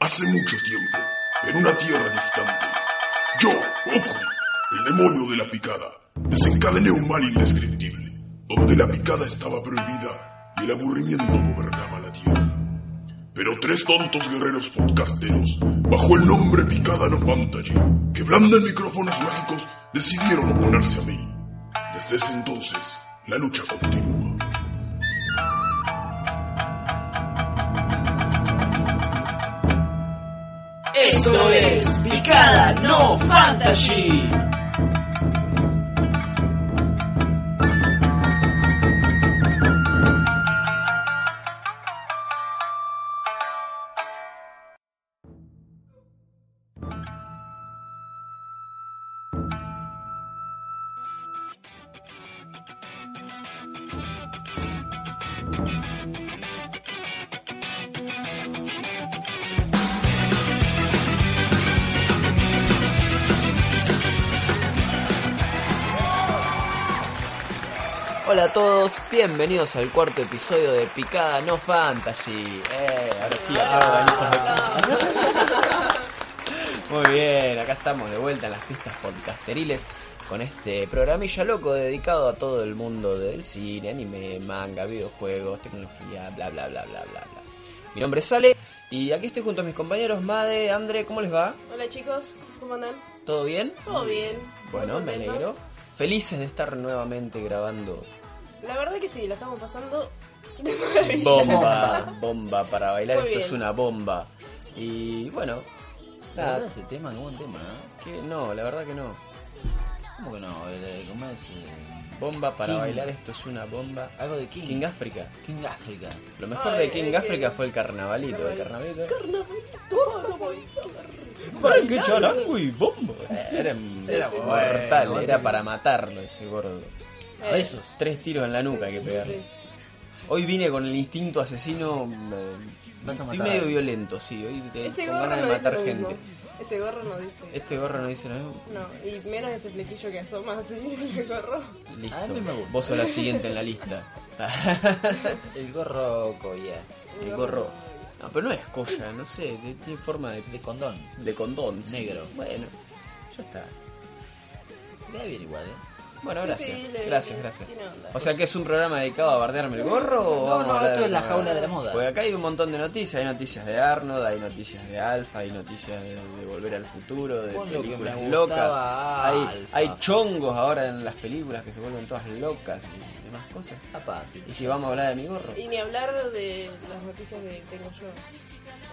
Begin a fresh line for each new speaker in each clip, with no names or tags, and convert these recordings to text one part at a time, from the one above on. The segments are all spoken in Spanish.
Hace mucho tiempo, en una tierra distante, yo, Okuri, el demonio de la picada, desencadené un mal indescriptible, donde la picada estaba prohibida y el aburrimiento gobernaba la tierra. Pero tres tontos guerreros podcasteros, bajo el nombre Picada No Fantasy, que blandan micrófonos mágicos, decidieron oponerse a mí. Desde ese entonces, la lucha continúa.
Esto es Picada No Fantasy.
Hola a todos, bienvenidos al cuarto episodio de Picada No Fantasy. Eh, ahora sí, aplaudo, ahí está. Muy bien, acá estamos de vuelta en las pistas podcasteriles con este programilla loco dedicado a todo el mundo del cine, anime, manga, videojuegos, tecnología, bla bla bla bla bla bla. Mi nombre es Ale y aquí estoy junto a mis compañeros Made, André, ¿cómo les va?
Hola chicos, ¿cómo andan?
¿Todo bien?
Todo bien.
Bueno,
Muy
me
contentos.
alegro. Felices de estar nuevamente grabando
La verdad que sí, la estamos pasando de maravilla.
Bomba, bomba para bailar,
Muy
esto es
bien.
una bomba. Y bueno,
La
nada,
verdad, ese tema, qué buen tema, ¿eh?
que no, la verdad que no.
¿Cómo que no? El, el- ¿Cómo es? Eh,
Bomba para
King.
bailar, esto es una bomba.
Algo de King.
King África.
King África.
Lo mejor
Ay,
de King
qué-
África fue el carnavalito, el carnavalito.
Carnavalito, no voy a correr.
Para que charango y bombo. Era
Era bueno,
mortal,
bueno.
era para matarlo ese gordo.
Eh,
A besos.
Tres tiros en la nuca
sí,
hay que
sí,
pegarle.
sí.
Hoy vine con el instinto asesino. eh,
Vas a
estoy
matar a
medio
alguien.
violento, sí, hoy te-
Ese
con
gorro
ganas
no
de
dice
matar
lo mismo.
gente.
Ese gorro no dice.
Este gorro no dice lo mismo.
No, y menos ese flequillo que asoma así el gorro.
Listo.
A mí me gusta.
Vos sos la siguiente en la lista.
El gorro coya.
El gorro. No, pero no es colla, no sé, de- tiene forma de,
De condón.
de condón. sí.
Negro.
Bueno, ya está.
Le da bien igual, ¿eh?
Bueno,
Sí,
gracias.
sí, le-
gracias,
le-
gracias.
tiene onda.
O sea que es un programa dedicado a bardearme el gorro o
No,
vamos
no,
a hablar
esto
de
es la
algo?
jaula de la moda.
Porque acá hay un montón de noticias, hay noticias de Arnold, hay noticias de Alfa, hay noticias de, de Volver al Futuro, de
Con lo que
películas
me
locas,
gustaba
hay,
Alfa.
hay chongos ahora en las películas que se vuelven todas locas y demás cosas.
Apa, te
Y vamos a hablar de mi gorro.
Y ni hablar de las noticias que tengo yo.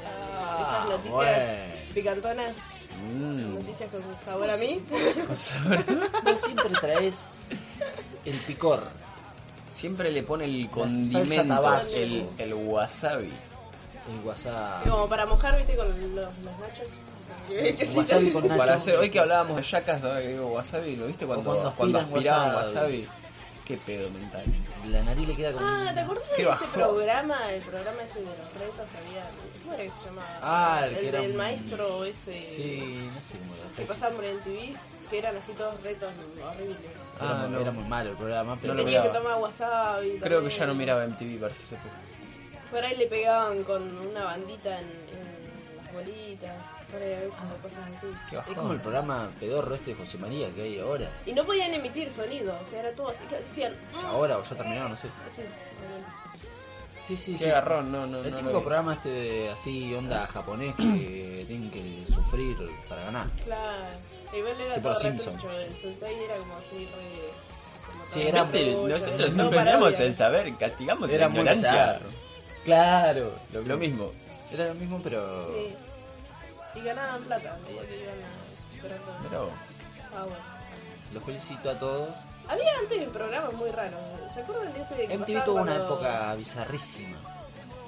Eh,
Ah,
Esas noticias
bueno.
picantonas,
Mm.
noticias con sabor a mí.
Vos siempre traes el picor.
Siempre le pone el
salsa
condimento,
tabasco.
el, el wasabi.
El WhatsApp.
Como para mojar, viste, con los, los nachos. Que sí,
wasabi con nacho.
Para hacer, hoy que hablábamos de yacas, ahora que digo wasabi, ¿lo viste cuando,
cuando
cuando,
aspiran
aspiraban
wasabi?
wasabi? Qué pedo mental.
La nariz le queda como.
Ah, ¿te acordás
Qué
de ese
bajón.
programa? El programa ese de los retos que había. ¿Cómo era que se llamaba?
Ah, el
el,
que era
del
un-
maestro ese.
Sí, no sé cómo lo
Que pasaban por el TV, que eran así todos retos horribles.
Era,
Ah,
muy-
no.
era muy malo el programa,
Y
pero.
lo
tenían que
miraba.
tomar wasabi.
Creo que
también.
ya no miraba MTV versus ese puto.
Por ahí le pegaban con una bandita en, en las bolitas. Por ahí a veces o cosas así.
Qué
es como
bajón.
el programa pedorro este de José María que hay ahora.
Y no podían emitir sonido, o sea, era todo así. que Hacían.
Ahora o ya terminaron, no sé.
así,
Sí, sí,
Qué
sí.
garrón, no, no,
El
no.
típico
lo vi.
programa este de así onda japonés que tienen que sufrir para ganar.
Claro. Igual era
Tipo
todo
los
re
Simpson.
trucho, El sensei era como así re. como
Sí,
todo
era
trucho,
¿Viste? Nosotros no
todo
premiamos
parodia.
el saber, castigamos
Era
la
muy
ignorancia.
bizarro. Claro,
Lo, lo mismo.
Era lo mismo pero
Sí. Y ganaban plata, ¿no? Porque iban a- pero no.
Pero
Ah, bueno.
los felicito a todos.
Había antes programas muy raros. ¿Se acuerdan de ese que
MTV
pasaba
tuvo una
cuando-
época bizarrísima.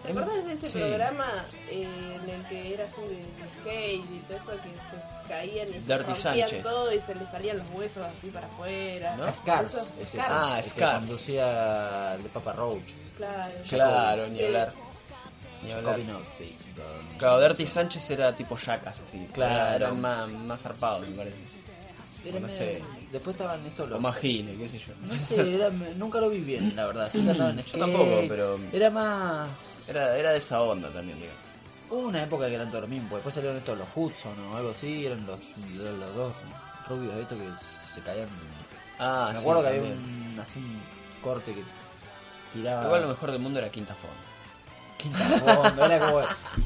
¿Se acuerdan de ese
Sí.
programa eh, en el que era así de, de skate y todo eso que se caían y se
Dirty
rompían
Sánchez.
todo y se les salían los huesos así para afuera?
¿No?
Scars,
Eso-
es
Scars,
Ah,
el que
Scars.
Conducía el de Papa Roach.
Claro.
claro, ni
Sí.
hablar. Ni hablar.
Copy Not Based.
Claro, Dirty Sánchez era tipo yacas, así.
Claro.
Era más, más zarpado, me parece.
Era
no
medio-
sé.
Después estaban estos
Lo
los
más gil, qué sé yo.
No sé, era- nunca lo vi bien, la verdad. Sí, que andaban en
Yo tampoco,
skate.
pero-
Era Eh, más.
Era, era de esa onda también, digo.
Hubo una época que eran todos los mismos, porque después salieron estos los Hudson o algo así, eran los, los, los dos rubios estos que se caían.
Ah,
Me
sí,
acuerdo que había
también.
un, así un corte que tiraba
Igual lo mejor del mundo era Quinta Fondo.
quinta fondo, era como,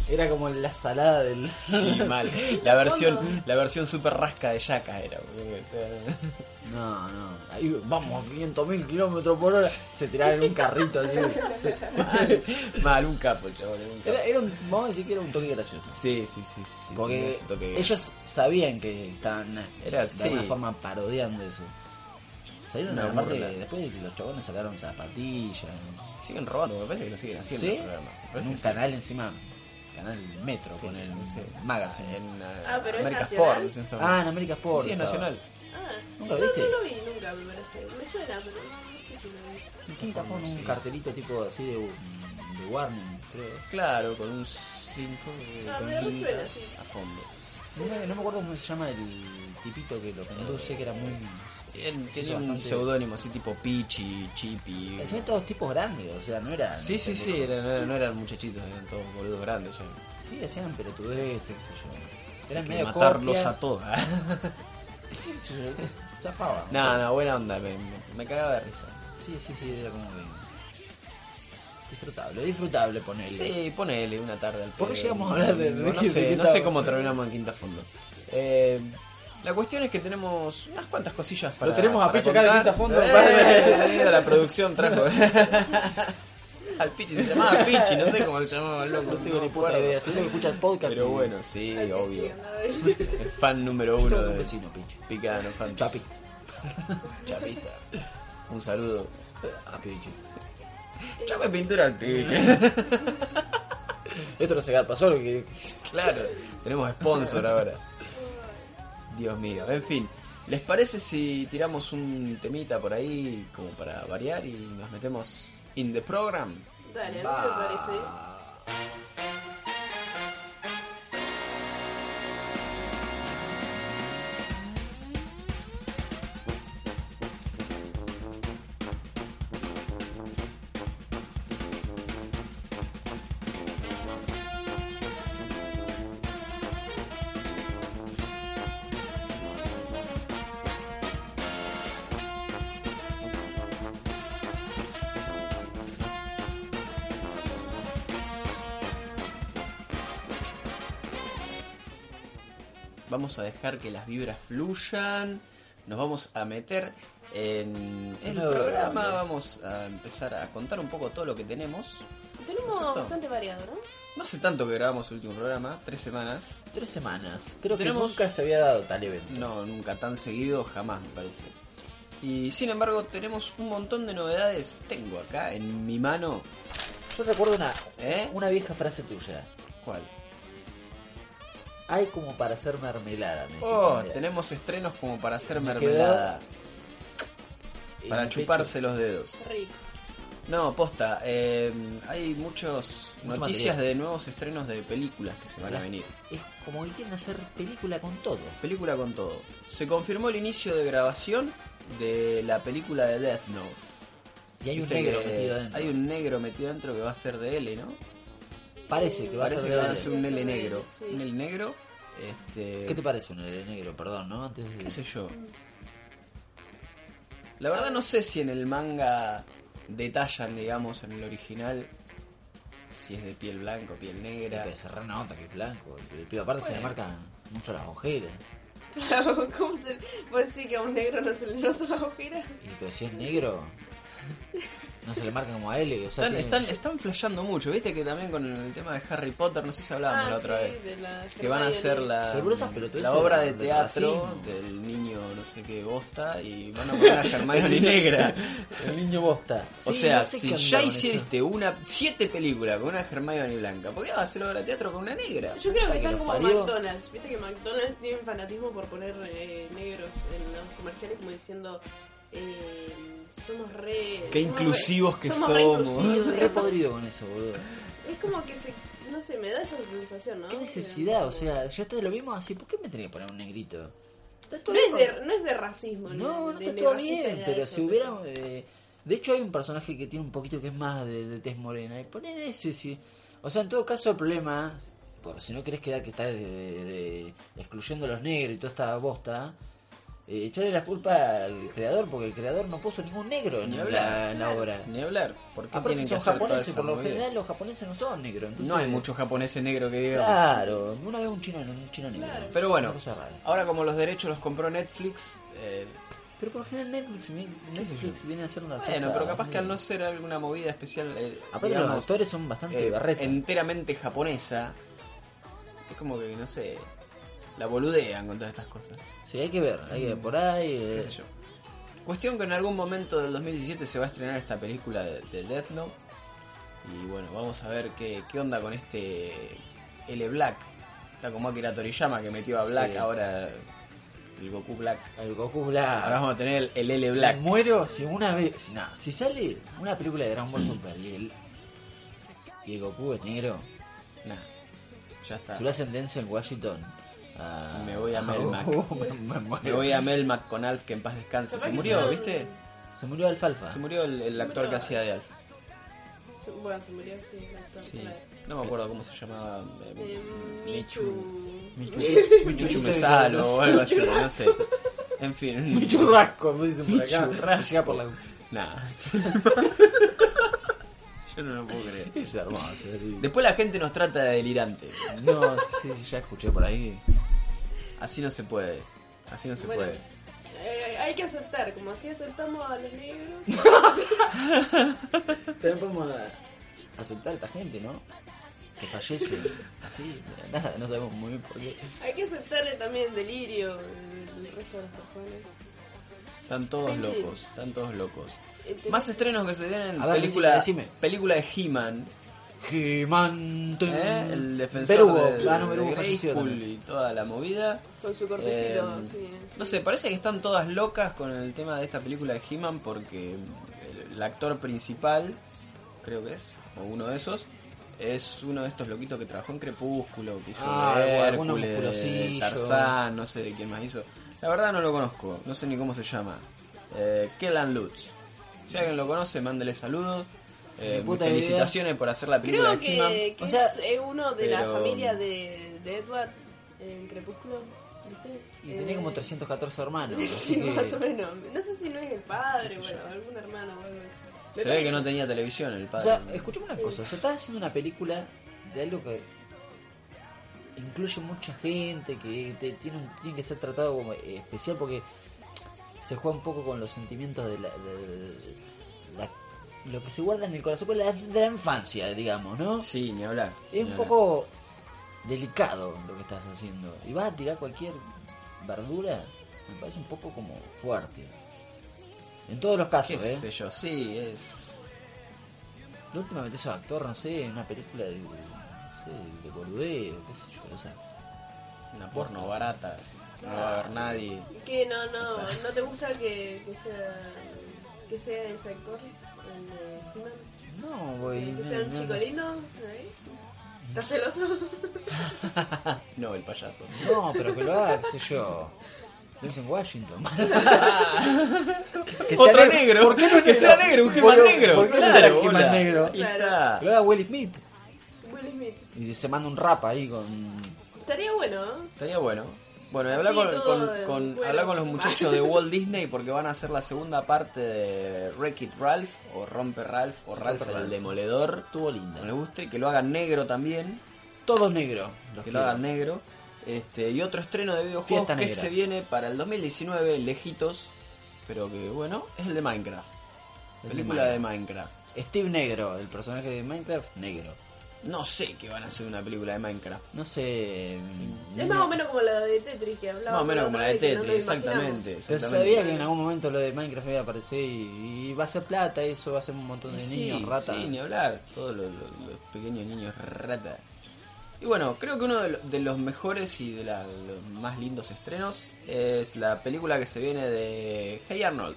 era como la salada del...
Sí, mal. La versión, la versión super rasca de Yaka era. boludo, o sea.
No, no, ahí vamos, 500.000 kilómetros por hora, se tiraban en un carrito así.
Mal, mal, un capo, chaval, un capo.
Era, era un, vamos a decir que era un toque gracioso.
Sí, sí, sí, sí. tenía
Porque
ese toque.
ellos sabían que estaban
Era-
de alguna
sí.
forma parodiando eso. Salieron
Una
aparte,
burla.
después de que los chabones sacaron zapatillas.
siguen robando, me parece que lo siguen haciendo el programa. Me
En
parece
un
que sí.
canal encima, canal metro
Sí,
con el
sí.
magazine.
En eh,
Ah, pero es
America
nacional.
Sport, dicen esta
Ah,
vez.
en América Sport.
Sí, sí, es
estaba.
nacional.
Ah,
¿Nunca lo
no,
viste?
no lo vi nunca, me parece. Me suena, pero no, no sé si lo vi.
Quinta con un cartelito tipo así de, de warning, creo.
Claro, con un 5 de
Ah,
con
mira, me
guita
suena, sí.
a fondo.
No, no me acuerdo cómo se llama el tipito que
Eh,
lo conduce, que era muy...
Él
Sí,
tenía un
bastante-
seudónimo así tipo Pichi, Chipi.
Encima todos tipos grandes, o sea, no eran...
Sí, sí, sí, eran- no eran- no eran muchachitos, eran todos boludos grandes ya.
Sí, hacían pelotudeces, qué sé yo. Eran medio
matarlos
copia,
a ¿eh? todas.
qué sé yo, eh, Zafaban.
no, no, buena onda, me, me- me cagaba de risa.
Sí, sí, sí, era como que... Disfrutable, disfrutable ponerle.
Sí, ponele una tarde al
¿Por qué
pedo.
llegamos a hablar de- de
No, no
qué- de
sé,
qué
no sé
estamos?
cómo terminamos en Quinta Fondo. Eh, la cuestión es que tenemos unas cuantas cosillas para.
tenemos a
para
Picho acá en
contar.
Quinta Fondo.
Eh, bienvenido a la producción trajo. al Pichi, se llamaba Pichi, no sé cómo se llamaba el loco.
No tengo
no
ni puta
recuerdo.
idea, seguro que escucha el podcast.
Pero
y-
bueno, sí,
Ay, qué
obvio.
chica, andaba ahí.
El fan número
Yo
uno
tengo un
de
vecino, pinche.
Picano, fan.
Chapi.
Chapista. Un saludo.
Ah, pinche.
Chapa pintura al Pichi.
Esto no se pasó lo que...
Claro, tenemos sponsor ahora. Dios mío, en fin. ¿Les parece si tiramos un temita por ahí como para variar y nos metemos in the program?
Dale, a mí me parece.
Vamos a dejar que las vibras fluyan, nos vamos a meter en el
Hola,
programa,
hola.
vamos a empezar a contar un poco todo lo que tenemos.
Tenemos
¿Cierto?
bastante variado, ¿no?
No hace tanto que grabamos el último programa, tres semanas.
Tres semanas. Creo que
Tenemos-
nunca se había dado tal evento.
No, nunca tan seguido, jamás me parece. Y sin embargo tenemos un montón de novedades. Tengo acá en mi mano...
Yo recuerdo una,
¿Eh?
una vieja frase tuya.
¿Cuál?
Hay como para hacer mermelada, me
Oh,
dijiste.
tenemos estrenos como para hacer
Me
mermelada,
En
para
mi pecho.
chuparse los dedos.
Rico.
No, posta, eh, hay muchas
Mucho
noticias de
material.
nuevos estrenos de películas que se van a
Ah.
venir.
Es como que quieren hacer película con todo.
Película con todo. Se confirmó el inicio de grabación de la película de Death Note.
Y hay un
Viste
negro
que
metido adentro.
Hay un negro metido dentro que va a ser de L, ¿no?
Parece que va a
Parece
ser
que
de
va a
L.
ser un L negro.
Sí.
Un L negro. Este,
¿Qué te parece un L negro? Perdón, ¿no? Antes de...
qué sé yo. La verdad no sé si en el manga detallan, digamos, en el original, si es de piel blanca o piel
Hay
negra.
que cerrar una nota que es blanco. El pibe aparte se le
Bueno.
marcan mucho las ojeras. ¿eh?
Claro, ¿cómo se ¿Vos decís que a un negro no se le nota la ojera?
Y pero si es negro, no se le marca como a L. O sea,
Están,
tiene-
están, están flasheando mucho, viste que también con el tema de Harry Potter, no sé si hablábamos
Ah,
la otra
sí,
vez.
de la
Que van a
Hermione.
hacer la,
Pero por esas pelotudeces
la obra de
del
teatro
racismo.
del niño no sé qué bosta y van a poner a Hermione negra.
El niño bosta.
O
Sí,
sea,
no sé
si
qué
ya
onda con eso.
hiciste una siete películas con una Hermione blanca, ¿por qué vas a hacer obra de teatro con una negra?
Yo creo que
Puta que
están
los
como
parió.
McDonald's. Viste que McDonald's tiene un fanatismo por poner eh, negros en los comerciales como diciendo... Eh, somos re...
Qué
somos re-
inclusivos que
re
somos.
inclusivos,
Estoy re
digamos.
podrido con eso, boludo.
Es como que se... No sé, me da esa sensación, ¿no?
¿Qué necesidad? O sea, ya está de lo mismo así. ¿Por qué me tenía que poner un negrito? Está todo
No es,
bien con-
de, no es de racismo.
No, no
de
está todo
negracista
bien,
ni nada de
pero
eso,
si hubiera... eh, de hecho hay un personaje que tiene un poquito que es más de, de tez morena. Y poner ese, sí. O sea, en todo caso el problema por si no querés quedar que estás de- de- de- excluyendo a los negros y toda esta bosta, eh, echarle la culpa al creador, porque el creador no puso ningún negro en
Ni
la,
hablar.
en la obra.
Ni hablar, porque
Aparte
tienen que
son
hacer toda
japoneses,
esa
por lo
movida?
general los japoneses no son negros. Entonces,
No hay muchos japoneses negros que digan.
Claro, una vez un chino, un chino negro.
Claro.
Pero bueno,
Una cosa rara.
ahora como los derechos los compró Netflix, eh,
Pero por lo general Netflix, Netflix viene a hacer una cosa...
bueno, pero capaz que al
muy-
no ser alguna movida especial, eh,
Aparte los
digamos,
actores son bastante
eh,
barretos.
enteramente japonesa, es como que, no sé, la boludean con todas estas cosas.
Sí, hay que ver, hay que ver por ahí...
qué
eh,
sé yo. Cuestión que en algún momento del 2017 se va a estrenar esta película de, de Death Note. Y bueno, vamos a ver qué, qué onda con este L Black. Está como Akira Toriyama que metió a Black
Sí.
ahora el Goku Black.
El Goku Black.
Ahora vamos a tener el L Black.
Me muero si una vez. Si, no, si sale una película de Dragon
Mm.
Ball Super y el, y el Goku es negro,
Nah, ya está.
si lo hacen denso en Washington. ah,
Me voy a Melmac.
Goku, me- me muero.
Me voy a Mel McConalf que en paz descanse.
Capaz
Se
que
murió,
sea-
¿viste?
Se murió Alfalfa.
Se murió el, el
Se
actor que
murió.
hacía de Alf.
Bueno, se murió así. no está
Sí.
claro.
No me acuerdo cómo se llamaba. eh,
Eh, Michu.
Michu.
Michu Chumezalo o algo así, no sé. En fin.
Mi churrasco, me dicen por acá.
Michurrasco.
Llega por la.
Nah. Yo no lo puedo creer.
Es hermoso. de-
Después la gente nos trata de delirante.
No, sí, sí, ya escuché por ahí.
Así no se puede. Así no se
Bueno,
puede.
eh, hay que aceptar, como así aceptamos a los negros.
También podemos aceptar a esta gente, ¿no? Que fallece. Así, de la nada, no sabemos muy bien por qué.
Hay que aceptarle también delirio eh, el resto de las personas.
Están todos
En fin.
locos. Están todos locos.
Eh, pero-
Más estrenos que se vienen.
A ver,
película,
decime, decime.
película de He-Man.
He-Man.
¿eh? El defensor
Berugo.
de,
Ah, no,
de
Berugo falleció
Grayskull
también.
y toda la movida.
Este, Con su cortecito,
Eh,
sí,
No
sí.
sé, parece que están todas locas con el tema de esta película de He-Man porque el, el actor principal, creo que es, o uno de esos, es uno de estos loquitos que trabajó en Crepúsculo, que hizo
Ah,
de
o alguno
Hércules, de
musculosillo.
Tarzán, no sé de quién más hizo. La verdad no lo conozco, no sé ni cómo se llama. Eh, Kellan Lutz. Si alguien lo conoce, mándele saludos. Eh,
Ni puta idea.
felicitaciones por hacer la película
Creo
de He-Man.
que, que
O sea,
es eh, uno de la
pero-
familia de, de Edward eh, en Crepúsculo. ¿Viste?
Y tenía
Eh,
como 314 hermanos.
Sí,
así que-
más o menos. No sé si no es el padre,
Qué sé
bueno,
yo.
algún hermano o algo así. Me
Se ve que
parece.
no tenía televisión el
O
padre.
sea, escuchame una cosa. Se está haciendo una película de algo que incluye mucha gente, que te- tiene, un- tiene que ser tratado como eh, especial porque se juega un poco con los sentimientos de la... de- de- de- la- lo que se guarda en el corazón pues, la- de la infancia, digamos, ¿no?
Sí, ni hablar. ni
Es un
hablar.
poco delicado lo que estás haciendo. Y vas a tirar cualquier verdura, me parece un poco como fuerte. En todos los
¿Qué
casos, ¿eh?
sé yo? Sí, es...
La última vez ese actor, no sé, en una película de, no sé, de boludeo, qué sé yo, o sea,
Una porno barata. No va a ver nadie.
Que no, no, no te gusta que, que sea que sea ese actor, el de He-Man?
No, güey.
Que
no,
sea un
no,
chico
no,
lindo. ¿eh? ¿Estás celoso?
No, el payaso.
No, pero que lo haga, qué sé yo. Es en Washington. que sea
Otro negro.
¿Por qué no
que
negro?
sea negro, un He-Man
Boludo,
negro.
¿Por qué no
Claro,
será He-Man
hola.
negro?
Ahí está.
Que lo haga Will Smith.
Will Smith.
Y se manda un rap ahí con.
Estaría bueno, ¿eh?
Estaría bueno. Bueno, hablar
Sí,
con,
todo
con-
el
con-
cuero
habla con los
se va.
muchachos de Walt Disney porque van a hacer la segunda parte de Wreck It Ralph o Rompe Ralph o Ralph
Rompe
el
Ralph.
Demoledor.
Estuvo
Como les
linda.
guste, que lo hagan negro también.
Todos negros. los
que lo
quiero.
hagan negro. Este, y otro estreno de videojuegos
Fiesta
que
negra.
se viene para el 2019, lejitos, pero que bueno, es el de Minecraft.
El de
película de Minecraft.
Steve Negro, el personaje de Minecraft, negro.
No sé qué van a hacer una película de Minecraft.
No sé.
Es más o menos como la de Tetris que hablaba.
Más o menos como la de Tetris, exactamente.
Yo
exactamente.
sabía que en algún momento lo de Minecraft iba a aparecer y, y va a ser plata, eso va a ser un montón de
Sí,
niños, rata.
Sí, ni hablar. Todos los, los- los pequeños niños rata. Y bueno, creo que uno de, lo- de los mejores y de la- los más lindos estrenos es la película que se viene de Hey Arnold.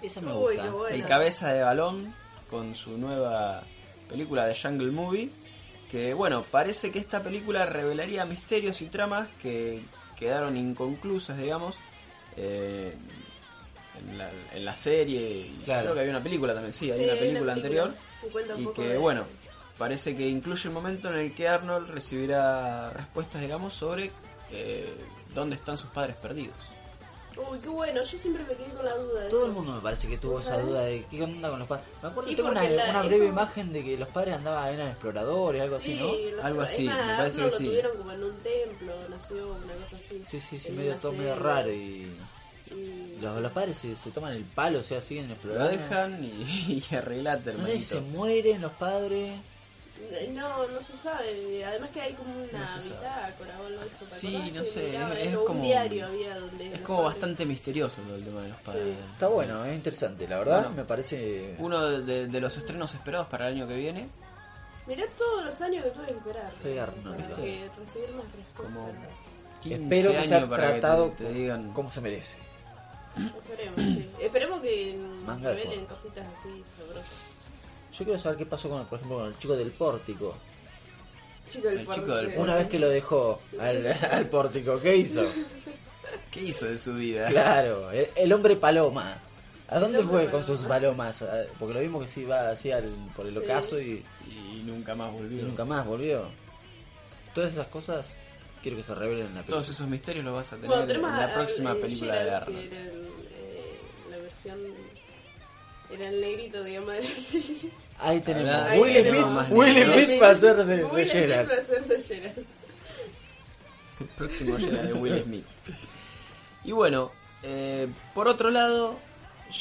Esa me
Uy,
gusta.
qué bueno.
El cabeza de balón con su nueva película de Jungle Movie. Que bueno, parece que esta película revelaría misterios y tramas que quedaron inconclusas, digamos, eh, en, la, en la serie. y
Claro.
Creo que había una película también, sí, hay una película anterior. Y que bueno, parece que incluye el momento en el que Arnold recibirá respuestas, digamos, sobre eh, dónde están sus padres perdidos.
Uy, qué bueno, yo siempre me quedé con la duda de
Todo el
eso.
mundo me parece que tuvo esa
Ajá.
duda de qué onda con los padres. Me acuerdo
Sí,
que tengo una,
porque la-
una
es
breve
como-
imagen de que los padres andaban eran exploradores, algo
Sí,
así,
no sé,
Algo
es
así,
más,
me parece
Arnold
que sí.
lo tuvieron como en un templo, nació una cosa así.
¿no? Sí, sí, sí,
en
medio
una
todo medio
selva.
raro. Y
Y-
los, los padres se, se toman el palo, o sea, siguen
Lo
explorando.
dejan y, y arreglate,
No sé
hermanito.
si se mueren los padres.
eh, No, no se sabe. Además que hay como una
No se sabe.
bitácora o algo de eso. ¿te
Sí,
acordás
no
que
sé,
miraba
es- es
eso? Un
como-
diario había donde...
Es
los
como
padres-
bastante misterioso todo el tema de los padres.
Sí.
Está bueno, es interesante, la verdad.
Bueno.
me parece.
Uno de, de- de los estrenos esperados para el año que viene,
Mirá todos los años que tuve que esperar.
Qué Arnold,
Para
¿viste?
que recibir más
como
respuestas.
15
Espero que
años
sea
para
tratado
que te- te, digan
como se merece.
Esperemos, sí. Esperemos que nos
Manga de
revelen
fondo.
cositas así sabrosas.
Yo quiero saber qué pasó con, por ejemplo, con el chico del pórtico.
Chico
El chico del
portero.
Una vez que lo dejó al, al pórtico, ¿qué hizo?
qué hizo de su vida.
Claro, el, el hombre paloma. ¿A dónde
El hombre
fue con
paloma.
sus palomas? Ah, Porque lo vimos que se iba así al, por el
Sí.
ocaso y,
Y nunca más
y
volvió.
nunca más volvió. Todas esas cosas quiero que se revelen en la película.
Todos esos misterios los vas a tener
Bueno,
en
tenemos a-
la
a-
próxima
eh,
película de
Gerald, que
Arnold.
era el, eh, la versión... Era el negrito, digamos, de la serie.
Ahí tenemos.
Ahí
Ah, Will
tenemos
Smith,
más
Will
negros.
Smith va a ser de,
Will
de
Smith
Gerard.
va a ser de Gerald.
El próximo llega de Will Smith. Y bueno, eh, por otro lado,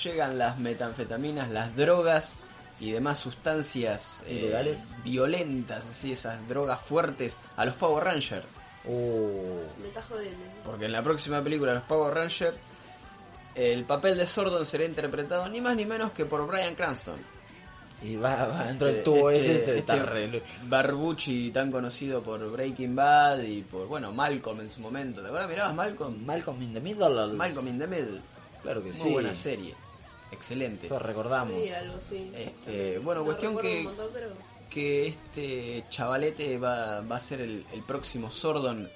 llegan las metanfetaminas, las drogas y demás sustancias eh,
Ilegales.
violentas, así esas drogas fuertes, a los Power Rangers.
Oh.
Me está jodiendo.
Porque en la próxima película, los Power Rangers, el papel de Sordon será interpretado ni más ni menos que por Brian Cranston.
Y va, va dentro del
Este-
tubo
este-
ese, este,
este
está re-
Barbucci tan conocido por Breaking Bad y por, bueno, Malcolm en su momento. ¿Te acuerdas? ¿Mirabas Malcolm?
Malcolm in the Middle.
Malcolm in the Middle.
Claro que
Muy
sí.
buena serie. Excelente.
Todos recordamos.
Sí, algo, sí.
Este, bueno,
No
cuestión
recuerdo
que-
un montón, pero-
Que este chavalete va, va a ser el, el próximo Sordon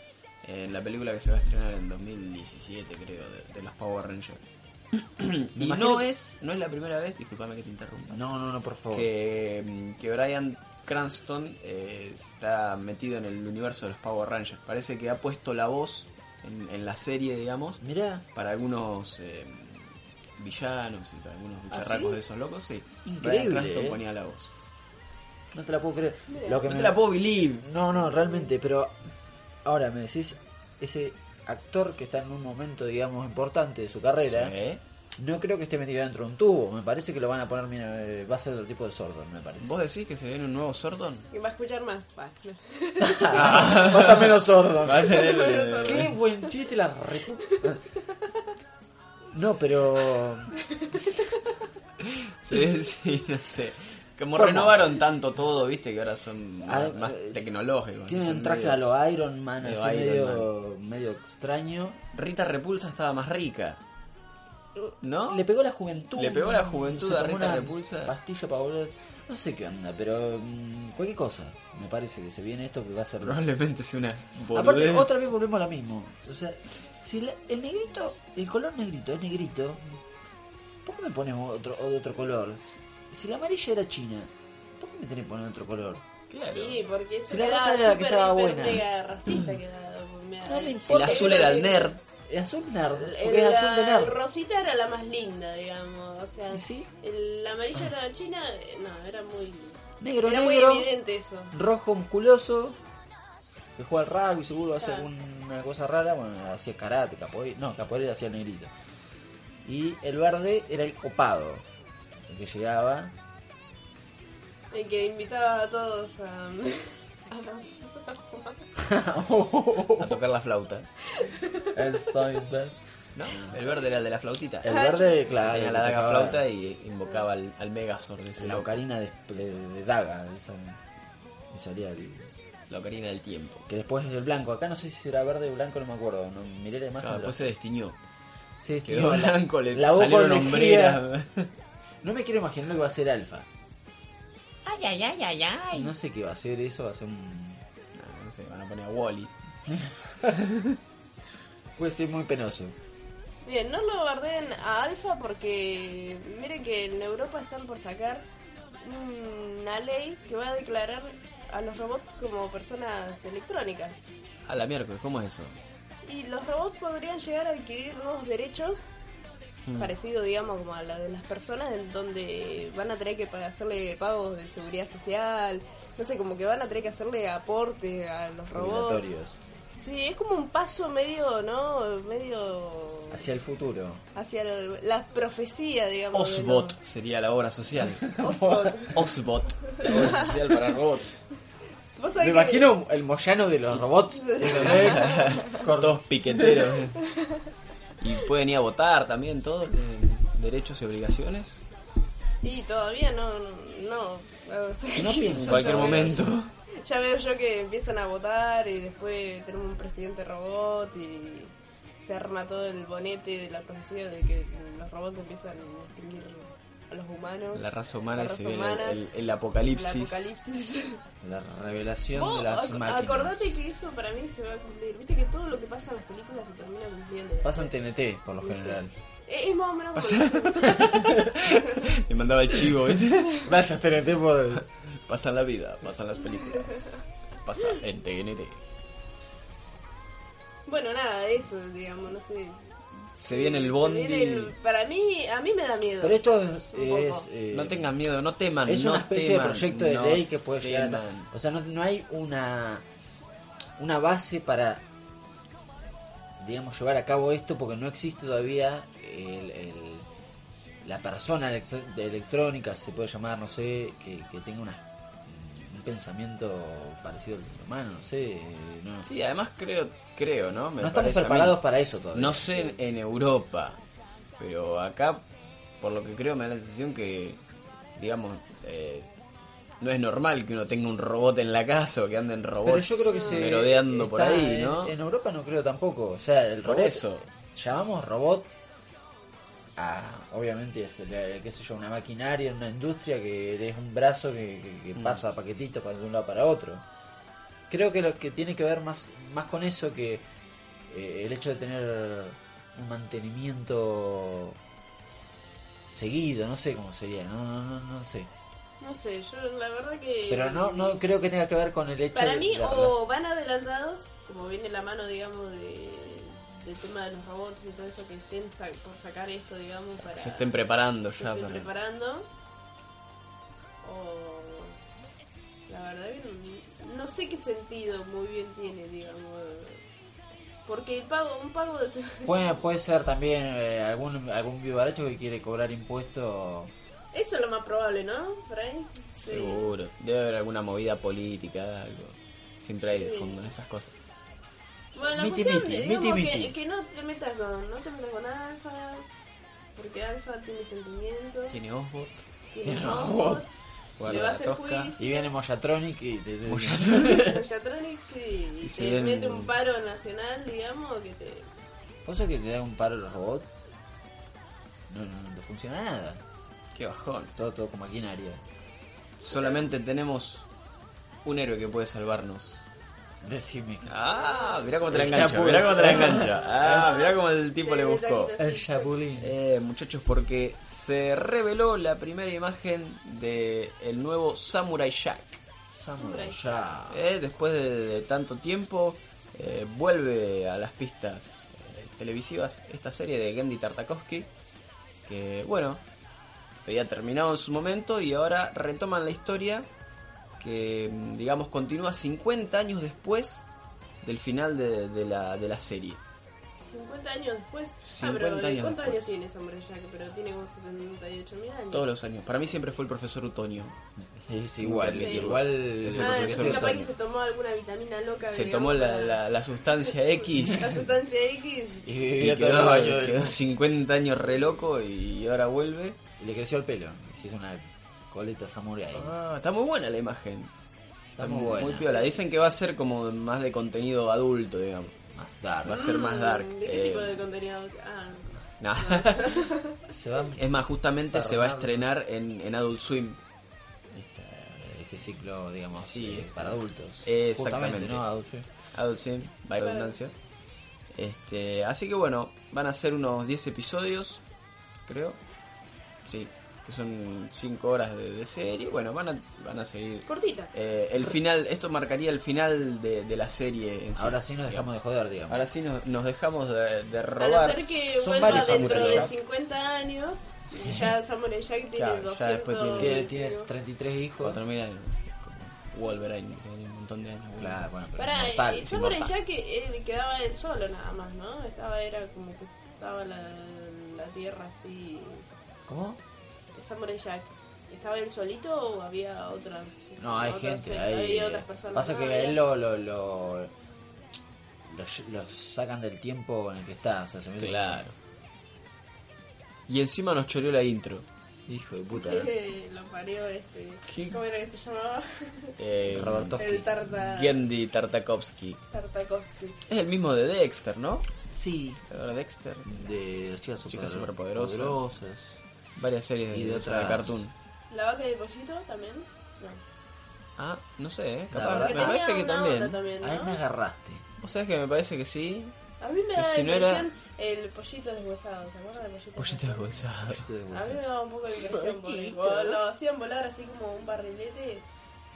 en la película que se va a estrenar en 2017, creo, de, de los Power Rangers. y
imagino
no
que-
es, no es la primera vez, discúlpame que te interrumpa,
No, no, no, por favor.
que, mm, que Brian Cranston eh, está metido en el universo de los Power Rangers. Parece que ha puesto la voz en, en la serie, digamos,
Mirá,
para algunos eh, villanos y para algunos bicharracos
¿Ah, sí?
de esos locos, sí.
Increíble,
Brian Cranston
eh.
ponía la voz.
no te la puedo creer.
Mirá.
Lo que
No
me-
te la puedo believe.
No, no, realmente, pero ahora me decís, ese actor que está en un momento, digamos, importante de su carrera,
Sí.
no creo que esté metido dentro de un tubo. Me parece que lo van a poner, mira, eh, va a ser otro tipo de sordo, me parece.
¿Vos decís que se viene un nuevo Sordon?
que va a escuchar más. pa.
Ah, Va a estar menos sordo.
Va a tener,
eh,
Qué buen chiste la repu... No, pero
Sí, sí, no sé. Como
Fue
renovaron tanto todo, viste, que ahora son
Ah,
más, más
eh,
tecnológicos.
tiene un
son
traje
medios-
a lo Iron Man,
medio
así
Iron
medio, medio extraño.
Rita Repulsa estaba más rica. ¿No?
Le pegó la juventud.
Le pegó la juventud
Se
a
tomó
Rita
una
Repulsa.
Pastilla para volver. No sé qué onda, pero mm, cualquier cosa. Me parece que se viene esto que va a ser.
Probablemente sea una
Aparte,
boludez.
otra vez volvemos a lo mismo. O sea, si la- el negrito, el color negrito es negrito, ¿por qué me pones otro, o de otro color? Si la amarilla era china, ¿por qué me tenés que poner otro color?
Claro.
Sí, porque es
Si la
una
cosa
edad
era que
súper,
estaba
hiper,
buena.
mega racista que da, mira,
No le
eh,
El
importa.
azul era el nerd.
El azul nerd,
el-
porque es azul de
la
nerd.
Rosita era la más linda, digamos. O sea,
¿Y sí?
el amarillo era la china. eh, No, era muy.
Negro,
era
negro,
muy evidente eso.
rojo musculoso, que juega al rugby, seguro hace
Ah.
alguna cosa rara. Bueno, hacía karate, capoeira. No, capoeira hacía el negrito. Y el verde era el copado, el que llegaba.
El que invitaba a todos a.
A tocar la flauta.
Steinberg.
¿No? El verde era el de la flautita.
Ah. El verde, claro.
Tenía
que
la daga
tocaba
flauta y invocaba al, al Megazord de ese
La
loco.
ocarina de, de- de daga. esa- y salía el-
La ocarina del tiempo.
Que después el blanco. Acá no sé si era verde o blanco, no me acuerdo. No, miré la
Claro,
imagen. pero-
después Ah, pues se destiñó.
se
Quedó
destinó la-
blanco, le
la voz
salieron
corregida.
hombreras.
No me quiero imaginar lo que va a ser alfa. No sé qué va a ser eso. Va a ser un.
No, no sé, van a poner a Wally.
Puede ser muy penoso.
Bien, no lo guarden a Alfa porque miren que en Europa están por sacar una ley que va a declarar a los robots como personas electrónicas.
A la miércoles, ¿cómo es eso?
Y los robots podrían llegar a adquirir nuevos derechos, Mm.
Hmm.
parecido, digamos, como a la de las personas, en donde van a tener que pa- hacerle pagos de seguridad social, no sé, como que van a tener que hacerle aporte a los robots.
Obligatorios.
Sí, es como un paso medio, ¿no? Medio
Hacia el futuro.
hacia lo- la profecía, digamos. de los-
Mm. Osbot sería la obra social.
Osbot.
Osbot, la obra social para robots.
Vos sabés
Me
que-
imagino el Moyano de los robots. ¿entendés?
Con dos piqueteros. y pueden ir a votar también, todo. tienen Derechos y obligaciones.
Y todavía no, no. o sea,
No
qué sé
pienso.
En
yo,
cualquier
ya veo-
momento.
Ya veo yo que empiezan a votar y después tenemos un presidente robot y se arma todo el bonete de la profecía de que los robots empiezan a extinguir a los humanos.
La raza humana
La raza
se ve el-
humana,
el, el
el
apocalipsis.
apocalipsis.
La revelación
Vos
de las
ac-
máquinas.
Acordate que eso para mí se va a cumplir. Viste que todo lo que pasa en las películas se termina cumpliendo.
Pasan TNT, por lo
¿Viste?
general.
Es, es más o menos como...
Le mandaba el chivo, ¿viste?
Gracias, TNT, por.
Pasan la vida, pasan las películas. Pasa en TNT.
Bueno, nada, eso, digamos, no sé.
Se viene el
Se
bondi.
viene el- Para mí, a mí me da miedo.
Pero esto es.
Un poco.
es, eh,
No tengan miedo, no teman.
Es
Ah, no
una especie
teman,
de proyecto de
no
ley que puede llegar
teman.
a... O sea, no, no hay una, una base para, digamos, llevar a cabo esto porque no existe todavía el- el- la persona electro- de electrónica, se puede llamar, no sé, que, que tenga una, un pensamiento parecido al humano, no sé. eh, No,
Sí, además creo, creo, ¿no? Me
no estamos
parece a mí.
preparados para eso todavía.
No sé en, en Europa, pero acá, por lo que creo, me da la sensación que, digamos, eh, no es normal que uno tenga un robot en la casa o que anden robots
Pero yo creo que se...
merodeando por
está
ahí,
en-
¿no?
En Europa no creo tampoco. O sea, el
Por
robot-
eso.
llamamos robot a, obviamente, es, eh, qué sé yo, una maquinaria, una industria que es un brazo que, que- que
Mm.
pasa paquetitos para de un lado para otro. Creo que lo que tiene que ver más, más con eso que eh, el hecho de tener un mantenimiento seguido, no sé cómo sería, no, no, no, no sé.
No sé, yo la verdad que...
Pero no, no creo que tenga que ver con el hecho
Para
de...
mí,
de
o van adelantados, como viene la mano, digamos, de, del tema de los robots y todo eso, que estén sa- por sacar esto, digamos, para...
Se estén preparando
se
ya.
estén
para-
preparando. O... La verdad que no, no sé qué sentido muy bien tiene, digamos. Porque el pago, un pago de...
Puede, puede ser también eh, algún algún vivaracho que quiere cobrar impuestos.
Eso es lo más probable, ¿no? Por ahí. Sí.
Seguro. Debe haber alguna movida política, algo. Siempre hay de
Sí.
fondo en esas cosas.
Bueno, la
Miti,
cuestión
miti,
es,
miti,
digamos, que-
miti.
Que, no te metas con, no te metas con Alfa, porque Alfa tiene sentimientos,
Tiene Osbot.
tiene
ojos,
ojos, le
Guarda
va a
la
hacer
tosca.
juicio
Y viene Moyatronic y te, te-
Yatronics y,
Y
y
se
te
ven-
mete un paro nacional, digamos, que te...
¿Vos sabés que te da un paro los robots? No, no, no te funciona nada.
Qué bajón.
Todo, todo con maquinaria.
Solamente tenemos un héroe que puede salvarnos.
Decime.
Ah, mirá cómo te la
El
engancha,
Chapu.
mirá cómo te la engancha. Ah, mirá cómo el tipo le
te- te-
buscó.
te-
El Shabulín.
Eh, muchachos, porque se reveló la primera imagen de el nuevo Samurai Jack.
Samurai ya.
Eh, después de, de tanto tiempo, eh, vuelve a las pistas eh, televisivas esta serie de Gendy Tartakovsky. Que, bueno, había terminado en su momento y ahora retoman la historia que, mm, digamos, continúa 50 años después del final de, de la, de la serie.
50 años después.
50
ah, pero
años
¿cuántos
después.
años tiene Samurai Jack? Pero tiene como 78 mil años.
Todos los años. Para mí siempre fue el profesor Utonio.
Es igual,
Sí.
igual.
Es el
Ah,
profesor
entonces capaz que
Rosario.
se tomó alguna vitamina loca,
Se
digamos,
tomó la,
para-
la- la sustancia X.
la sustancia X.
Y
Y
vivía todos los
quedó,
años del
quedó
mundo.
50 años re loco y ahora vuelve.
Y le creció el pelo. Y se hizo una coleta samurai.
Ah, está muy buena la imagen.
Está muy buena.
piola. Dicen que va a ser como más de contenido adulto, digamos.
Más
Va a
dark.
ser más dark.
Mm, ¿De qué
eh,
tipo de contenido? Ah,
nah.
Se va
es más, justamente se va a
Armando.
estrenar en, en Adult Swim.
Esta- ese ciclo, digamos,
Sí.
eh, para adultos.
Exactamente.
Justamente, ¿no? Adultos.
Adult Swim, by redundancia. Este, así que bueno, van a ser unos 10 episodios, creo. Sí, que que son 5 horas de, de serie. Bueno, van a, van a seguir.
Cortita.
Eh, el final, esto marcaría el final de, de la serie en sí.
Ahora sí nos dejamos de joder, digamos.
Ahora sí nos, nos dejamos de, de
Al
robar.
hacer que
Son
vuelva
varios
dentro
Samurai
de
Jack.
50 años, y ya Samurai Jack tiene
Claro, ya
200...
después tiene-
Tiene, tiene 33 hijos.
4.000 años. como Wolverine, que tiene un montón de años.
Claro, bueno, pero
Pará,
inmortal,
eh,
es
Samurai
inmortal.
Jack eh, él quedaba él solo nada más, ¿no? Estaba, era como que estaba la, la tierra así...
¿Cómo?
Samurai Jack. ¿Estaba él solito o había otras?
No, hay
otras-
gente,
eh,
hay...
había otras personas.
Pasa
¿no?
que a
Había-
él lo, lo, lo, lo, lo sacan del tiempo en el que está. O sea, se mete-
Claro. Y encima nos choreó la intro.
Hijo de puta. ¿eh?
lo parió este.
¿Qué?
¿Cómo era que se llamaba?
Eh,
Roberto.
El Tarta.
Gendy Tartakovsky.
Tartakovsky.
Es el mismo de Dexter, ¿no?
Sí.
Ahora Dexter.
De las chicas,
Chicas
super-
superpoderosas.
poderosas.
Varias series
Y
de,
de
de
otras.
cartoon.
¿La vaca de pollito también? No.
Ah, no sé, ¿eh?
La
capaz.
verdad
Me
que
parece
tenía
que
una
también.
onda también,
A él me
¿no?
agarraste.
¿Vos sabés que me parece que sí?
A mí me da la
Si no era-
impresión el pollito deshuesado. ¿Se acuerdan del pollito
Pues
Pollito deshuesado.
A mí me daba un poco de impresión porque
Pollito.
cuando lo hacían volar así como un barrilete.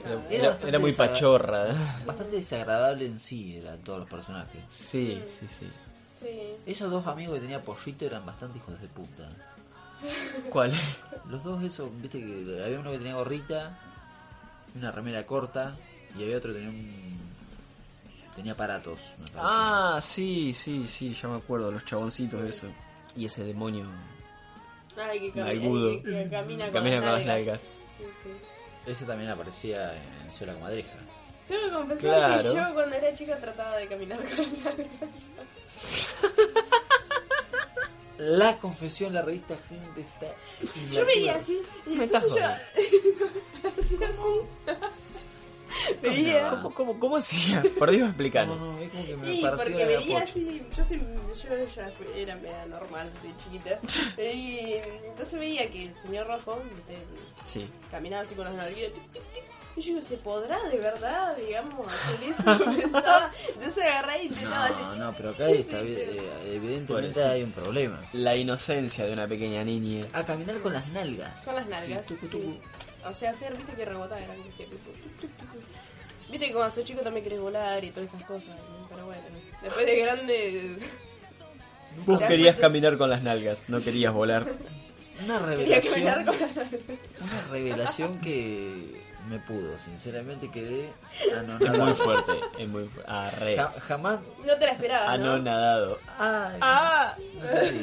Ah,
Era,
nada,
Era
era-
bastante
era muy
desagradable.
pachorra.
Bastante desagradable en sí eran todos los personajes.
Sí, sí, sí.
Sí.
Esos dos amigos que tenía Pollito eran bastante hijos de puta.
¿Cuál?
Los dos esos, viste que había uno que tenía gorrita, una remera corta, y había otro que tenía un... tenía aparatos, me parece.
Ah, sí, sí, sí, ya me acuerdo, los chaboncitos de eso. Y ese demonio.
Ay, que, cami-
Nalgudo.
ay, que- que camina con
Camina
las
con las
nalgas.
nalgas.
Sí, sí.
Ese también aparecía en Sola Comadreja.
Tengo que confesar que
Claro.
yo cuando era chica trataba de caminar con nalgas.
La confesión, la revista Gente está...
Yo veía así, y
Me
entonces yo.
estás
así, así. Veía.
¿Cómo?
¿Cómo, cómo hacía? Por Dios,
No,
explicarme.
no, es como que me
Y
partía
porque
la
veía
pocha.
así, yo, sí- yo ya fui- era media normal de chiquita. Y entonces veía que el señor rojo viste,
Sí.
caminaba así con los nalguillos. tic, tic, tic. Y yo digo, ¿se podrá de verdad, digamos, hacer eso? Pensaba. Entonces agarré y intentaba
No,
así.
no, pero acá está, eh, evidentemente
Pobrecito.
hay un problema.
La inocencia de una pequeña niña.
A caminar con las nalgas.
Con las nalgas.
Sí, tucu,
sí.
tucu.
O sea, hacer, viste que rebotar era como, che, tucu, tucu, tucu. Viste que cuando sos chico también querés volar y todas esas cosas. ¿no? Pero bueno, después de grande
Vos
Ya.
querías caminar con las nalgas, no querías volar.
Una
quería caminar
revelación,
con las nalgas.
una revelación que me pudo, sinceramente quedé
Es muy
anonadado.
fuerte, es muy ah, fuerte. Arre.
Ja- jamás.
No te la
Ah,
Ah,
esperabas, ¿no?
Anonadado.
Ay,
Ah,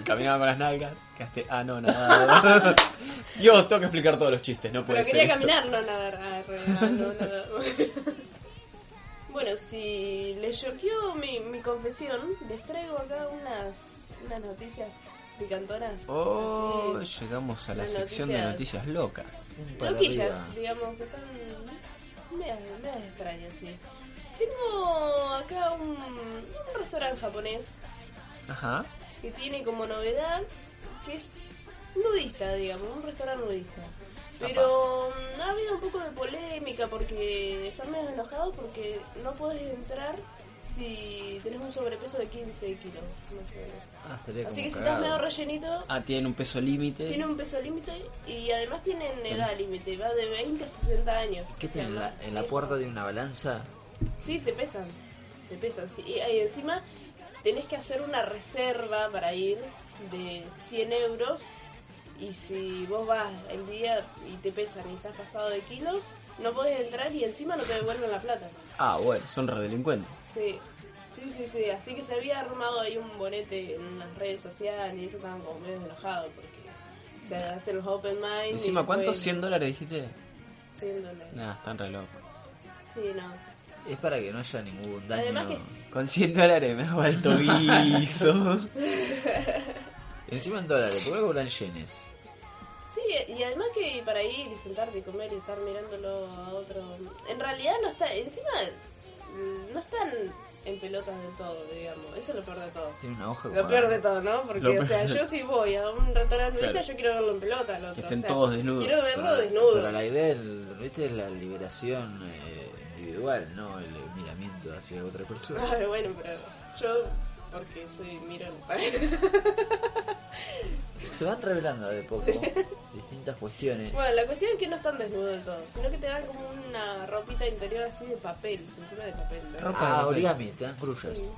Caminaba con las nalgas, quedaste anonadado. Dios, tengo que explicar todos los chistes, no puede
pero
ser.
quería
esto.
caminar, no nadar. Ah, re- ah, no nadar. Bueno, si les choqueó mi, mi confesión, les traigo acá unas, unas noticias picantonas.
Oh,
así,
llegamos a la
Las
sección de
noticias.
noticias locas.
un para arriba.
Loquillas, digamos, que están medias, medias extrañas, sí. Tengo acá un, un restaurante japonés
Ajá.
que tiene como novedad que es nudista, digamos, un restaurante nudista. Pero mm, ha habido un poco de polémica porque están medio enojados porque no podés entrar si tenés un sobrepeso de 15 kilos, más o menos.
Ah, estaría
Así que
como
si estás medio
cagado.
rellenito,
Ah, tienen un peso límite.
tiene un peso límite y además tienen edad límite, va de 20 a 60 años.
¿Qué
O sea,
tiene en
más
la, en la
viejo.
puerta de una balanza?
Sí, te pesan, te pesan. sí. Y, y encima tenés que hacer una reserva para ir de 100 euros y si vos vas el día y te pesan y estás pasado de kilos, no podés entrar y encima no te devuelven la plata.
Ah, bueno, son redelincuentes.
Sí, sí, sí, sí. Así que se había armado ahí un bonete en las redes sociales y eso estaban como medio enojados porque se hacen los open mind. y
Encima, ¿cuántos?
después-
¿100 dólares dijiste?
100 dólares.
Nah, están re locos.
Sí, no.
Es para que no haya ningún daño.
Además
Con 100 dólares me hago alto guiso.
Encima en dólares, ¿por qué lo cobran yenes?
Sí, y además que para ir y sentarte y comer y estar mirándolo a otro... En realidad no está... Encima mm, no están en pelotas del todo, digamos. Eso es lo peor de todo.
Tiene una hoja
Lo
como-
peor de todo, ¿no? Porque,
Lo
o sea,
peor.
yo si voy a un restaurante nudista,
Claro.
yo quiero verlo en pelota al otro.
Que estén
o sea,
todos desnudos.
Quiero verlo
Pero-
desnudo.
Pero la idea del- ¿viste? es la liberación eh, individual, no el miramiento hacia otra persona.
Ay, bueno, pero yo... Porque soy mirón.
Se van revelando de poco distintas distintas cuestiones.
Bueno, la cuestión es que no están desnudos del todo, sino que te dan como una ropita interior así de papel, encima de papel. ¿no?
Ropa de
ah,
papel.
origami, te dan grullas.
Sí.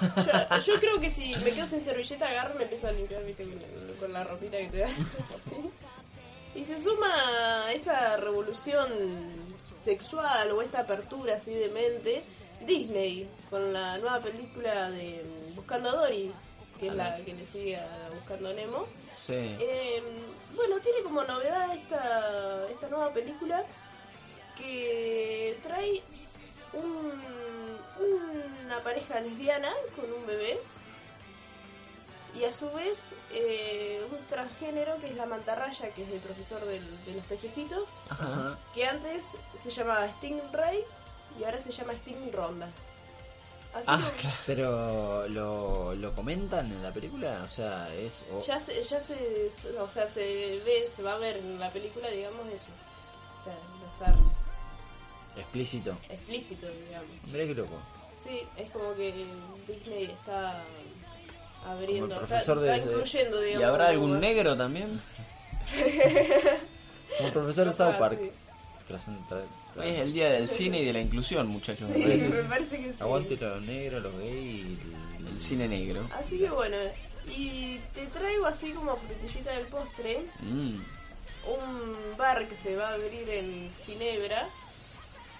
Yo, yo creo que si me quedo sin servilleta, agarro y me empiezo a limpiar ¿viste? Con, la, con la ropita que te dan. Así. Y se suma esta revolución sexual o esta apertura así de mente Disney con la nueva película de Buscando a Dory, que es la que le sigue a Buscando a Nemo.
Sí.
Eh, bueno, tiene como novedad esta, esta nueva película que trae un- una pareja lesbiana con un bebé y a su vez eh, un transgénero que es la mantarraya, que es el profesor del- de los pececitos,
Ajá.
que antes se llamaba Stingray y ahora se llama Sting Ronda. Así
Ah,
que
claro.
Pero lo, lo comentan en la película, o sea, es... o-
ya se, ya se, o sea, se ve, se va a ver en la película, digamos eso. O sea, va a estar
explícito.
explícito, digamos.
Mirá qué loco.
Sí, es como que Disney está abriendo,
Como el
está,
profesor de-
está incluyendo,
¿Y
digamos.
habrá
un
algún
lugar.
negro también?
Como el profesor de
Capaz,
South Park.
sí.
Tras- tra- tras-
Es el día del cine y de la inclusión, muchachos. me
Sí,
parece.
me parece que sí.
Aguante los negros, los gays y
El cine negro.
Así que bueno, y te traigo así como frutillita del postre
Mm.
un bar que se va a abrir en Ginebra.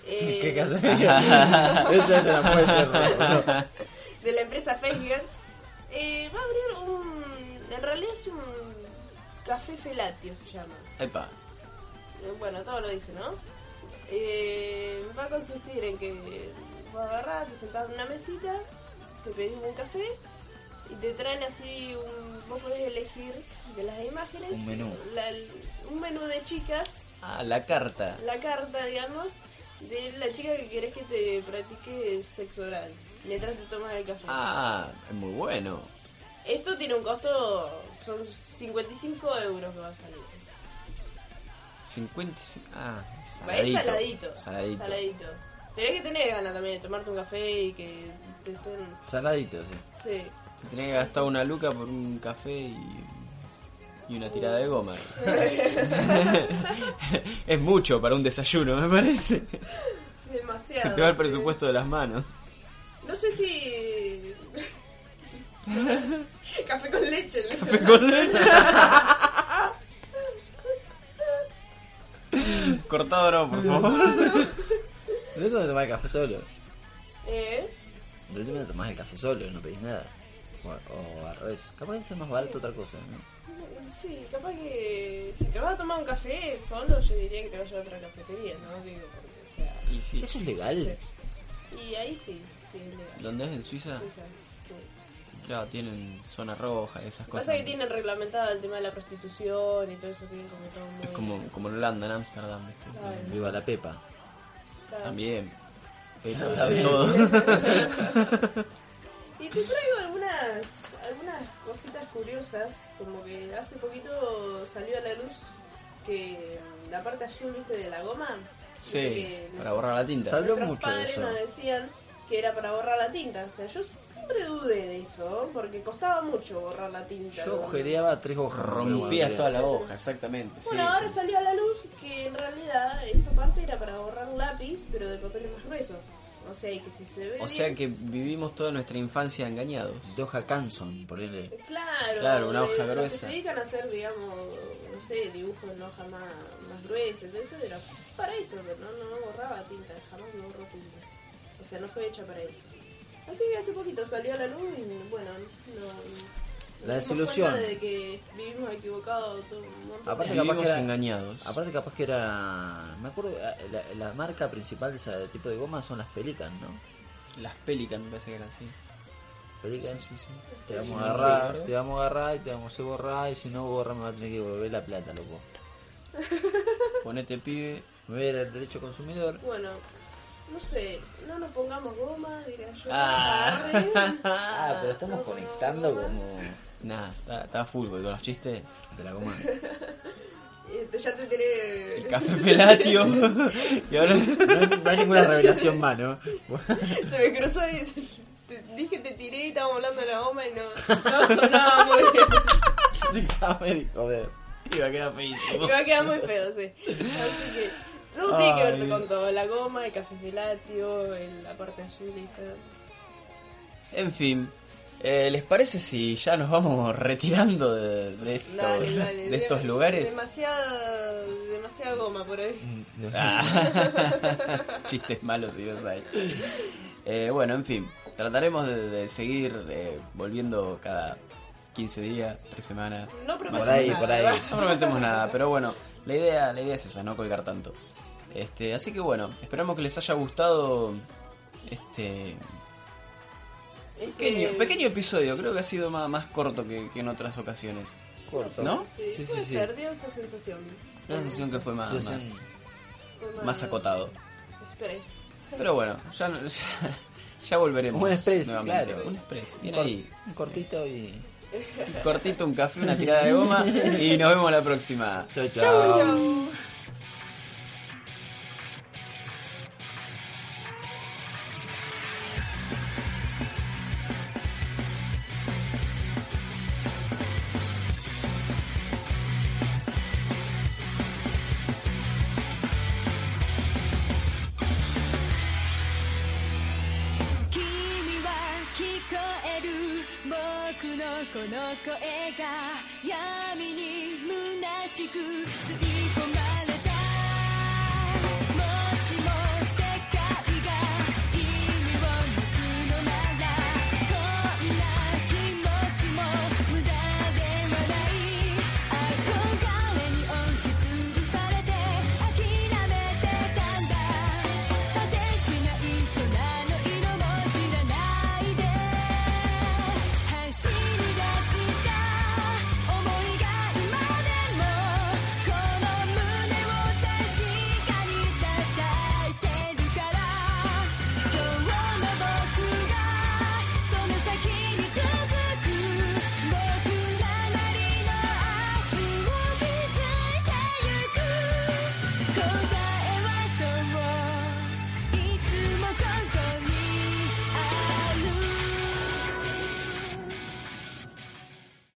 eh,
¿Qué caso? Esa se la puede ser.
de la empresa Fenger, eh, va a abrir un... En realidad es un café felatio, se llama.
Epa.
Eh, Bueno, todo lo dice, ¿no? Eh, va a consistir en que vos agarrás, te sentás en una mesita, te pedís un café y te traen así un... Vos podés elegir de las imágenes...
Un menú.
la- el- un menú de chicas,
Ah, la carta.
la carta, digamos, de la chica que querés que te practique sexo oral mientras te tomas el café.
Ah, es muy bueno.
Esto tiene un costo... Son 55 euros que va a salir.
50. Ah,
Es
saladito.
saladito.
Saladito.
Saladito. Tenés que tener ganas también de tomarte un café y que te estén.
Saladito, sí.
Sí.
Te tenés que gastar una luca por un café y, y una tirada de goma. es mucho para un desayuno, me parece.
Demasiado.
Se te va el
sí.
presupuesto de las manos.
No sé si. café con leche. ¿no?
Café con leche. Cortado no, por favor.
Yo tengo que tomar el café solo.
¿Eh?
Yo tengo que tomar el café solo, no pedís nada. O, o al revés. Capaz de ser más barato otra cosa, ¿no?
Sí, capaz que. Si te vas a tomar un café solo, yo diría que te vayas a otra cafetería, ¿no? Digo, porque, o sea.
Y sí,
¿Eso es legal?
Y ahí sí, sí, es legal.
¿Dónde es? ¿En Suiza?
Sí, sí.
Claro, tienen zona roja y esas cosas.
Pasa que tienen reglamentado el tema de la prostitución y todo eso, tienen como todo muy...
Es como, como en Holanda, en Ámsterdam, ¿viste?
Claro,
Viva la Pepa.
claro.
También.
Pepa,
Saben
Pepa.
todo.
Y te traigo algunas algunas cositas curiosas, como que hace poquito salió a la luz que la parte azul, viste, de la goma. viste
Sí,
que
para borrar la tinta.
Habló
nuestros
mucho de
padres
eso.
nos decían que era para borrar la tinta. O sea, yo siempre dudé de eso, porque costaba mucho borrar la tinta.
Yo
¿no?
ojereaba tres hojas.
Rompías toda
todas
la hoja, exactamente. sí.
Bueno, ahora salió a la luz que en realidad esa parte era para borrar lápiz, pero de papel más grueso. O sea, y que si se ve
O sea
bien-
que vivimos toda nuestra infancia engañados.
De hoja Canson, ponele.
Claro,
Claro, una
de-
hoja
los que
gruesa.
se dedican a hacer, digamos, no sé, dibujos en hoja más, más gruesa, todo eso era para eso, pero no, no borraba tinta, jamás no borró tinta. O sea, no fue hecha para eso. Así que hace poquito salió a la luz y bueno, no. nos
La
dimos
desilusión.
cuenta de que vivimos equivocados todo un montón de
Aparte
años.
capaz
Vivimos
que era-
engañados.
Aparte capaz que era... Me acuerdo, eh, la, la marca principal de ese tipo de goma son las Pelican, ¿no?
Las Pelican me parece que eran así.
Pelican.
Sí, sí.
Te vamos
Sí,
a agarrar,
claro.
te vamos a agarrar y te vamos a borrar y si no borras me va a tener que devolver la plata, loco.
Ponete pibe.
Me voy a ir al derecho consumidor.
Bueno, no sé, no nos pongamos goma, diría yo. Arre.
Ah, pero estamos
no,
conectando
no, no.
como
Nada, está, está full, porque con los chistes.
de la goma.
Este, ya te tiré.
El café pelatio. y ahora.
No hay, no hay ninguna revelación más, ¿no?
Se me cruzó y te- dije te tiré y estábamos hablando de la goma y no, no sonaba muy bien.
Déjame, joder.
Iba a quedar feísimo.
Me va a quedar muy feo, sí. Así que todo tiene que ver con todo. La goma, el café filatio, la parte azul y todo.
En fin, eh, ¿les parece si ya nos vamos retirando de, de estos,
Dale, dale.
de estos
Dem-
lugares?
Demasiada, demasiada goma por ahí.
No.
Ah, Chistes malos y vas ahí. Eh, bueno, en fin, trataremos de, de seguir eh, volviendo cada 15 días, 3 semanas.
No prometo
Por ahí,
nada,
por ahí.
¿va?
No prometemos nada, pero bueno, la idea, la idea es esa, no colgar tanto. Este, así que bueno, esperamos que les haya gustado este
Este,
Eh.
pequeño, pequeño episodio, creo que ha sido más, más corto que, que en otras ocasiones.
Corto.
¿No?
Sí,
Sí, sí,
puede
sí.
ser, dio esa sensación.
La sensación que fue más,
Sí, son-
más, más acotado.
Express.
Pero bueno, ya, ya, ya volveremos.
Un express,
nuevamente.
claro.
Un express,
Un
bien
cor-
ahí.
un cortito y.
Cortito, un café, una tirada de goma y nos vemos la próxima.
Chau,
Chau, chau.
君は聞こえる僕のこの声が闇に虚しく吸い込まれたもしも世界が意味を持つのならこんな気持ちも無駄ではない憧れに押しつぶされて諦めてたんだ果てしない空の色も知らないで走り出した思いが今でもこの胸を確かに叩いてるから今日の僕がその先に続く僕らなりの明日を築いてゆく答え